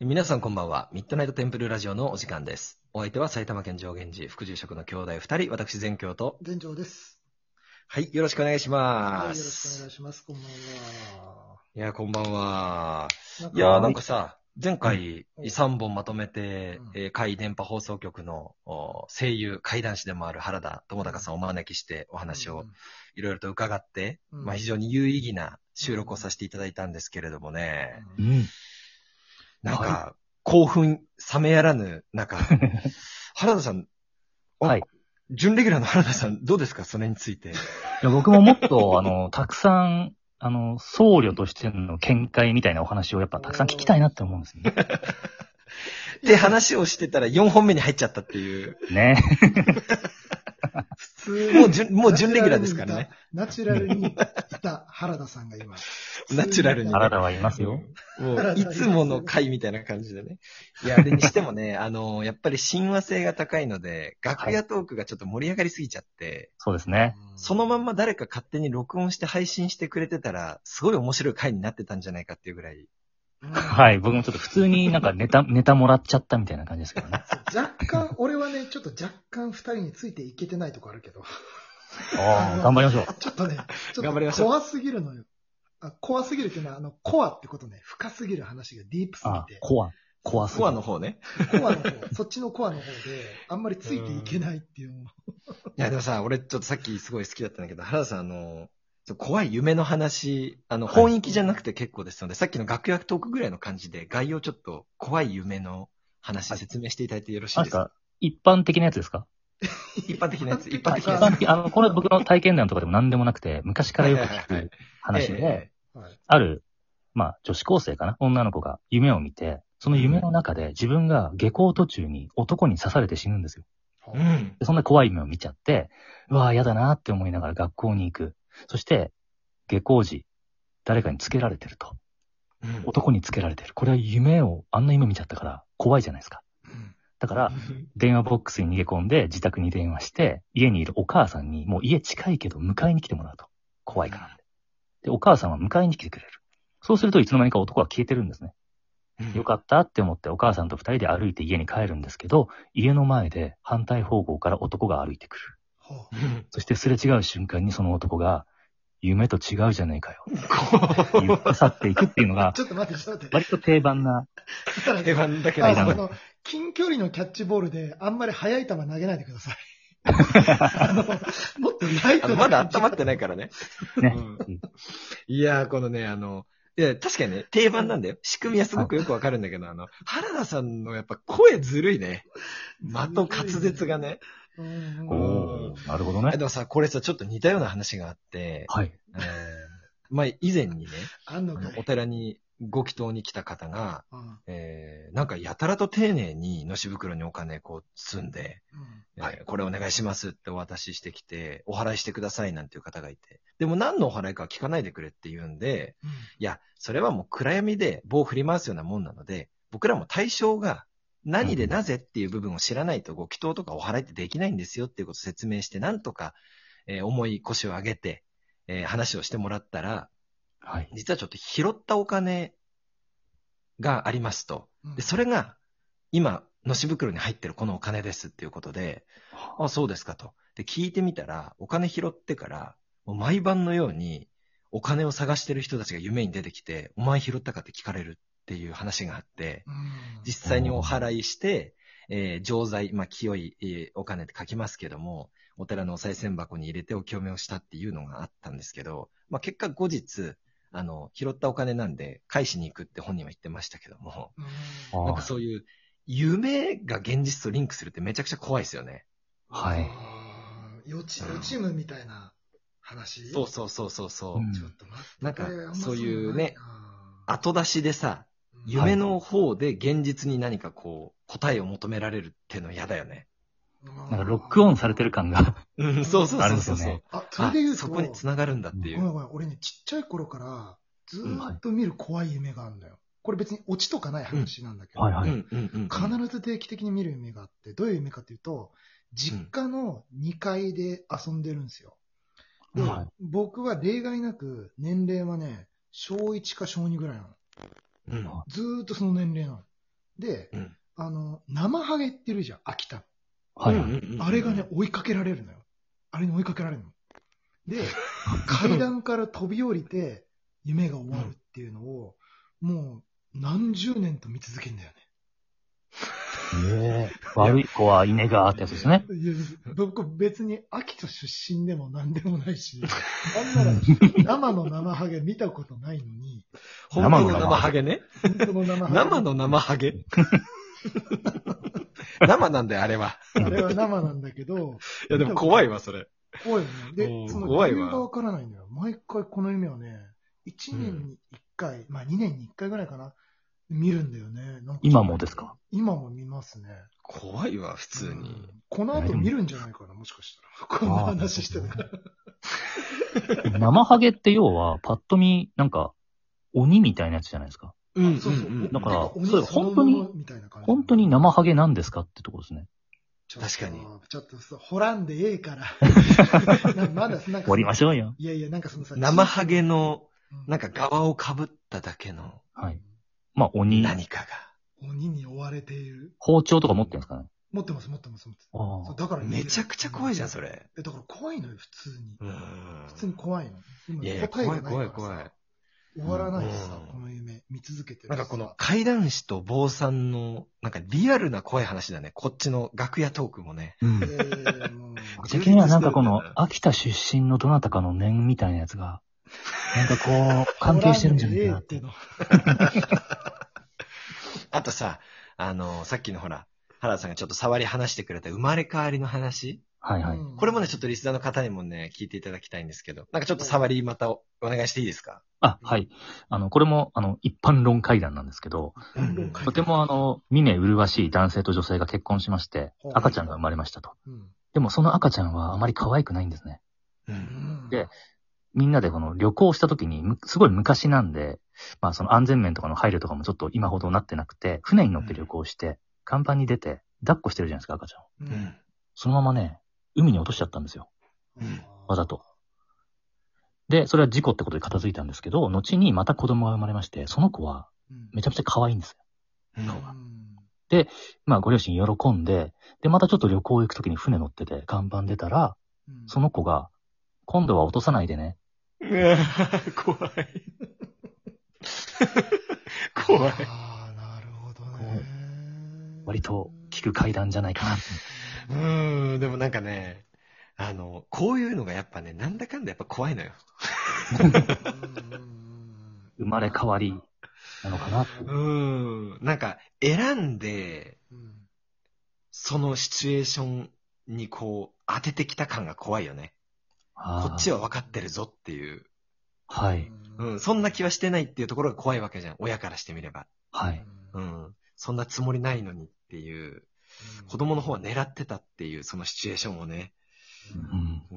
皆さんこんばんは。ミッドナイトテンプルラジオのお時間です。お相手は埼玉県上源寺副住職の兄弟二人、私善教と。現状です。はい、よろしくお願いしはい、まよろしくおす。願いします。こんばんは。いや、こんばんは。なんいやーなんかさ、前回うん3本まとめてうん、えー、海電波放送局のお声優、怪談師でもある原田智隆さんをお招きしてお話をいろいろと伺って、うんまあ非常に有意義な収録をさせていただいたんですけれどもね、う。うんん。なんか、興奮、冷めやらぬ 中、原田さん、あはい。準レギュラーの原田さん、どうですかそれについて。いや僕ももっと、あ の、たくさん、あの、僧侶としての見解みたいなお話をやっぱたくさん聞きたいなって思うん ですよね。で、話をしてたら4本目に入っちゃったっていう。ね。普通もう準、もう準レギュラーですからね。。 ナチュラルにいた原田さんが今。 ナチュラルに原田はいますよ。もう、いつもの回みたいな感じでね。いや、でにしてもね、 あの、やっぱり親和性が高いので、楽屋トークがちょっと盛り上がりすぎちゃって、そうですね。そのまんま誰か勝手に録音して配信してくれてたら、すごい面白い回になってたんじゃないかっていうぐらい。うん。。はいい。僕もちょっと普通になんかネタ、ネタもらっちゃったみたいな感じですけどね。若干、俺はね、ちょっと若干二人についていけてないとこあるけど。 ああ、頑張りましょう。ちょっとね、ちょ頑っ張りまとしょう怖すぎるのよ。あ怖すぎるっていうのは、あの、コアってことね。深すぎる話がディープすぎああて、。コア、コアすぎるコアの方ね。コアの方、そっちのコアの方で、あんまりついていけないっていうのも。いや、でもさ、俺ちょっとさっきすごい好きだったんだけど、原田さん、あの、ちょっと怖い夢の話、あの、はい本域じゃなくて結構ですので、さっきの楽屋トークぐらいの感じで、概要ちょっと怖い夢の話説明していただいてよろしいあでれですすかか一般的なやつですか一般的なやつ、一般あ一的な般や的、あの、これ僕の体験談とかでも何でもなくて、昔からよく聞くつ。話えで、えはい。ある、まあ、女子高生かな女の子が夢を見て、その夢の中で自分が下校途中に男に刺されて死ぬんですよ。ええうん。でそんな怖い夢を見ちゃって、うわぁ、嫌だなって思いながら学校に行く。そして、下校時、誰かにつけられてると。うん男につけられてる。これは夢を、あんな夢見ちゃったから、怖いじゃないですか。だから、電話ボックスに逃げ込んで、自宅に電話して、家にいるお母さんに、もう家近いけど迎えに来てもらうと。怖いからって。で、お母さんは迎えに来てくれる。そうするといつの間にか男は消えてるんですね。よかったって思ってお母さんと二人で歩いて家に帰るんですけど、家の前で反対方向から男が歩いてくる。ほうんそしてすれ違う瞬間にその男が、夢と違うじゃないかよ。怖い 言って去っていくっていうのうが ち、ょっと待って、ちょっと待って。割と定番な、定番だけどあ階段その、近距離のキャッチボールで、あんまり速い球投げないでください。あのもっとラあイトのなまだ温まってないからね。ねうんいやー、このね、あの、いや、確かにね、定番なんだよ。仕組みはすごくよくわかるんだけど、あの、原田さんのやっぱ声ずるいね。間と滑舌がね。うんうんうんおー、なるほどあねで。もさ、これさ、ちょっと似たような話があって、はい。えーまあ、以前にね、あんのあかのおい。寺にご祈祷に来た方が、うんうんえーなんかやたらと丁寧にのし袋にお金こう包んで、えーこれお願いしますってお渡ししてきて、お払いしてくださいなんていう方がいて、でも何のお払いかは聞かないでくれって言うんで、いや、それはもう暗闇で棒を振り回すようなもんなので、僕らも対象が何でなぜっていう部分を知らないと、ご祈祷とかお祓いってできないんですよっていうことを説明して、なんとか、えー重い腰を上げて、えー話をしてもらったら、はい。実はちょっと拾ったお金がありますと。うんで、それが、今、のし袋に入ってるこのお金ですっていうことで、あ、そうですかと。で、聞いてみたら、お金拾ってから、もう毎晩のように、お金を探してる人たちが夢に出てきて、お前拾ったかって聞かれるっていう話があって、うん実際にお祓いして、えー錠剤、まあ、清い、えーお金って書きますけども、お寺のお賽銭箱に入れてお清めをしたっていうのがあったんですけど、まあ、結果後日、あの、拾ったお金なんで、返しに行くって本人は言ってましたけども、うんなんあかーそういう、夢が現実とリンクするってめちゃくちゃ怖いですよね。はい。あー予知、予知夢みたいな話。そうそうそうそうそう。うんちょっと待って。なんかこれあまそういうねそんなないな、後出しでさ、うん夢の方で現実に何かこう、答えを求められるっていうの嫌だよね。なんかロックオンされてる感が。うん、そうそうそあるんうでそすう。よねあ、それあで言う、と、そこに繋がるんだっていごめんう。ごめん、俺ね、ちっちゃい頃からずーっと見る怖い夢があるんだよ。これ別にオチとかない話なんだけど、はいはうい。んうんうん。必ず定期的に見る夢があって、どういう夢かというと、実家の2階で遊んでるんですよ。で、はい僕は例外なく年齢はね、小1か小2ぐらいなの。うんずーっとその年齢なの。で、うんあの、生ハゲっているじゃん、秋田。はいうんはうい。んうんあれがね、、追いかけられるのよ。あれに追いかけられるの。 で、階段から飛び降りて、夢が終わるっていうのを、もう何十年と見続けるんだよね。ええ悪い子は稲がってやつですね。いや、僕別に秋田出身でも何でもないし、あん なら生の生ハゲ見たことないのに、本生当のの生生ハハゲね。本当の生ハゲ。生の生ハゲ 生なんだよ、あれは。あれは生なんだけど、いや、でも怖いわ、それ。怖いよね。でうん、その怖い理わ由がわからないのよ。毎回この夢はね、1年に1回、まあ2年に1回ぐらいかな、見るんだよね。なんか今もですか今も見ますね。怖いわ、普通うに。んこの後見るんじゃないかな、もしかしたら。こんな話してたから。生ハゲって要は、パッと見、なんか、鬼みたいなやつじゃないですか。うんそうそう。だから鬼そうその本当にものみたいな感じ本当に生ハゲなんですかってとこですね。ちょっと確かに。ちょっとそう、掘らんでええ から。なまだ、なんか。終わりましょうよ。いやいや、なんかそのさ、生ハゲの、うんなんか側をかぶっただけのはい。まあ、鬼、何か鬼に追われている。包丁とか持ってるんですかね。持ってます、持ってます、持ってます。あそうだからが。見てるめちゃくちゃ怖いじゃん、それ。えだから怖いのよ、普通に。うん普通に怖いの。今いやいや、答え怖がいないか怖らい怖さい。終わらないしさう、んこの夢、見続けてるなしんさかこの怪談師と坊さんの、なんかリアルな怖い話だね。こっちの楽屋トークもね。うんいやいやいやもう僕的にはなんかこの、秋田出身のどなたかの念みたいなやつが、なんかこう、関係してるんじゃないかなって。掘らんでええあとさ、あの、さっきのほら、原田さんがちょっと触り話してくれた生まれ変わりの話。はいってはい。のこれもね、ちょっとリスナーの方にもね、聞いていただきたいんですけど、なんかちょっと触りまたおお願いしていいですかあ、はい。あの、これも、あの、一般論会談なんですけど、うんとてもあ、の、峰麗しい男性と女性が結婚しましてほう、赤ちゃんが生まれましたと。うんでもその赤ちゃんはあまり可愛くないんですね。うん。で、みんなでこの旅行した時に、むすごい昔なんで、まあその安全面とかの配慮とかもちょっと今ほどなってなくて、船に乗って旅行して、甲板に出て、抱っこしてるじゃないですか、赤ちゃんを。うんうん。そのままね、海に落としちゃったんですよ。うんわざと。で、それは事故ってことで片付いたんですけど、後にまた子供が生まれまして、その子はうんめちゃくちゃ可愛いんですよ。うん顔がうんまあご両親喜んで、で、またちょっと旅行行くときに船乗ってて、看板出たら、うんその子が、今度は落とさないでね。 怖い。 怖い。ああ、なるほどね。割と聞く階段じゃないかな。うーん、でもなんかね、あの、こういうのがやっぱね、なんだかんだやっぱ怖いのよ。うん。生まれ変わりなのかなっていううーん。なんか、選んで、うんそのシチュエーションにこう、当ててきた感が怖いよね。あこーっちは分かってるぞっていう。はい。うん、そんな気はしてないっていうところが怖いわけじゃん。親からしてみれば。はい。う。うんそんなつもりないのにっていう。ん子供の方は狙ってたっていう、そのシチュエーションをね。う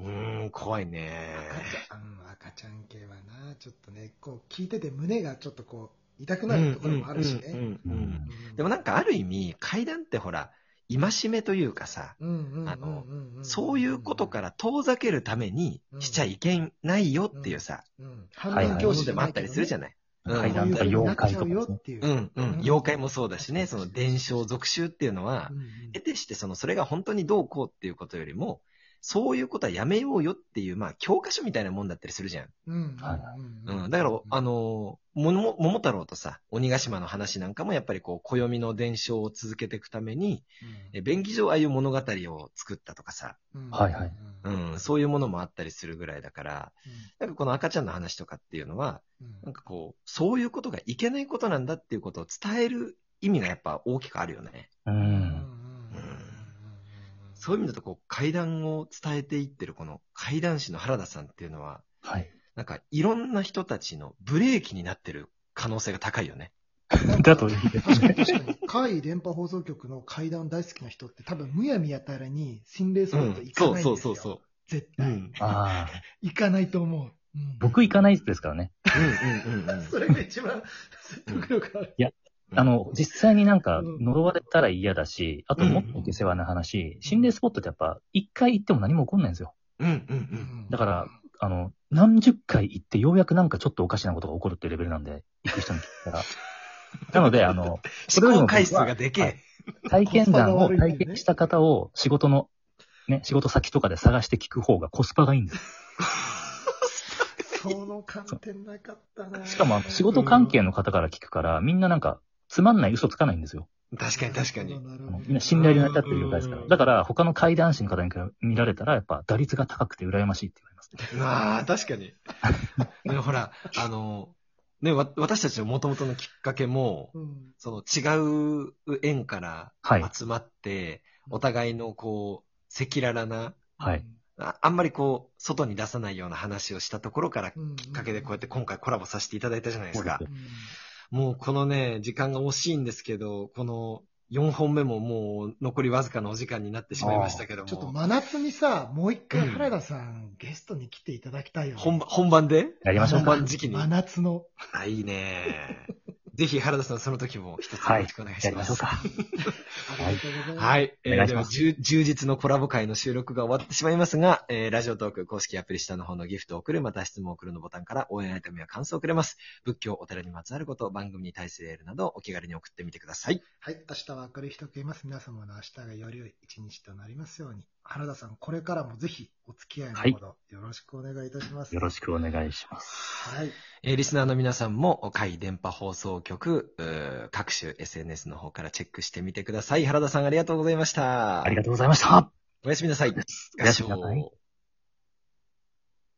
うんん。うーん、怖いね。赤ちゃん、うん赤ちゃん系はな、ちょっとね、こう聞いてて胸がちょっとこう、痛くなるところもあるしうね。んうんうんうんうでもなんかある意味、階段ってほら、戒めというかさ、うんうんうんうんうんあのそういうことか、ら遠ざけるためにうんしちゃいけないよっていうさ、うん、は反いそういう面はい教もの師でもあったりするじゃないない。うん階段とか妖怪とかですね。けどうねんうん。妖怪もそうだしね、その伝承、俗宗っていうのはうん、うん得てしてその、それが本当にどうこうっていうことよりも、そういうことはやめようよっていう、まあ、教科書みたいなもんだったりするじゃん。うんはいうん。だから、あのー、もの、桃太郎とさ、鬼ヶ島の話なんかも、やっぱりこう、暦の伝承を続けていくために、え便宜上ああいう物語を作ったとかさ、うんはいはいうん、そういうものもあったりするぐらいだから、なんかこの赤ちゃんの話とかっていうのは、うんなんかこう、そういうことがいけないことなんだっていうことを伝える意味がやっぱ大きくあるよね。ううんうんうんん。そういう意味だとこう、階段を伝えていってるこの階段師の原田さんっていうのは、はい。なんかいろんな人たちのブレーキになってる可能性が高いよね。 だといいです確かにね。確かに。海電波放送局の階段大好きな人って多分むやみやたらに心霊スうポットん行、かそなういんですそうよ。そうそう絶。う対、ん。ああ。行かないと思う。うん僕行かないですからね。うんうんうんうん。それが一番説得力ある。 あの、実際になんかうん呪われたら嫌だし、あともっと下世話な話、心霊スポットってやっぱ一回行っても何も起こんないんですよ。うんうんだから、あの、 何十回行ってようやくなんかちょっとおかしなことが起こるっていうレベルなんで、行く人に聞いたら、なので、あの、それより思考も僕は回数がでけえ。体コ験談スパがを悪いんだよね体験した方を仕事の、ね、仕事先とかで探して聞く方がコスパがいいんです。その観点なかったな。しかもあの、仕事関係の方から聞くから、みんななんか、つまんない嘘つかないんですよ。確かに確かなに。るあほどのみんな信頼で成り立ってる状態ですかうら。んだから、他の怪談師の方に見られたら、やっぱ打率が高くて羨ましいって言われます、ね。まあ、確かに。 ね、ほら、あの、ね、わ私たちの元々のきっかけも、うんその違う縁からはい。集まって、お互いのこう、赤裸々な、はい。ああんまりこう、外に出さないような話をしたところからうんきっかけでこうやって今回コラボさせていただいたじゃないですかそう。うんもうこのね、時間が惜しいんですけど、この4本目ももう残りわずかのお時間になってしまいましたけども。ちょっと真夏にさ、もう一回原田さん、ゲストに来ていただきたいよね。本番、本番でやりましょう本か。番時期に。真夏の。あ、いいね。 ぜひ原田さん、その時も一つよはいろしくお願いやしりまましょす。うか。ありがとうございます。はい。えお願ー、いでしはます充、充実のコラボ会の収録が終わってしまいますが、えー、ラジオトーク公式アプリ下の方のギフトを送る、また質問を送るのボタンから応援アイテムや感想をくれます。仏教、お寺にまつわること、番組に対するエールなど、お気軽に送ってみてください。はい。明日は明るい日と言います。皆様の明日がより良い一日となりますように。原田さん、これからもぜひお付き合いのほどよろしくお願いいたします。よろしくお願いします。はい。えーリスナーの皆さんも、会電波放送局、うー各種 SNS の方からチェックしてみてください。原田さんありがとうございました。ありがとうございました。おやすみなさい。おやすみなさい合唱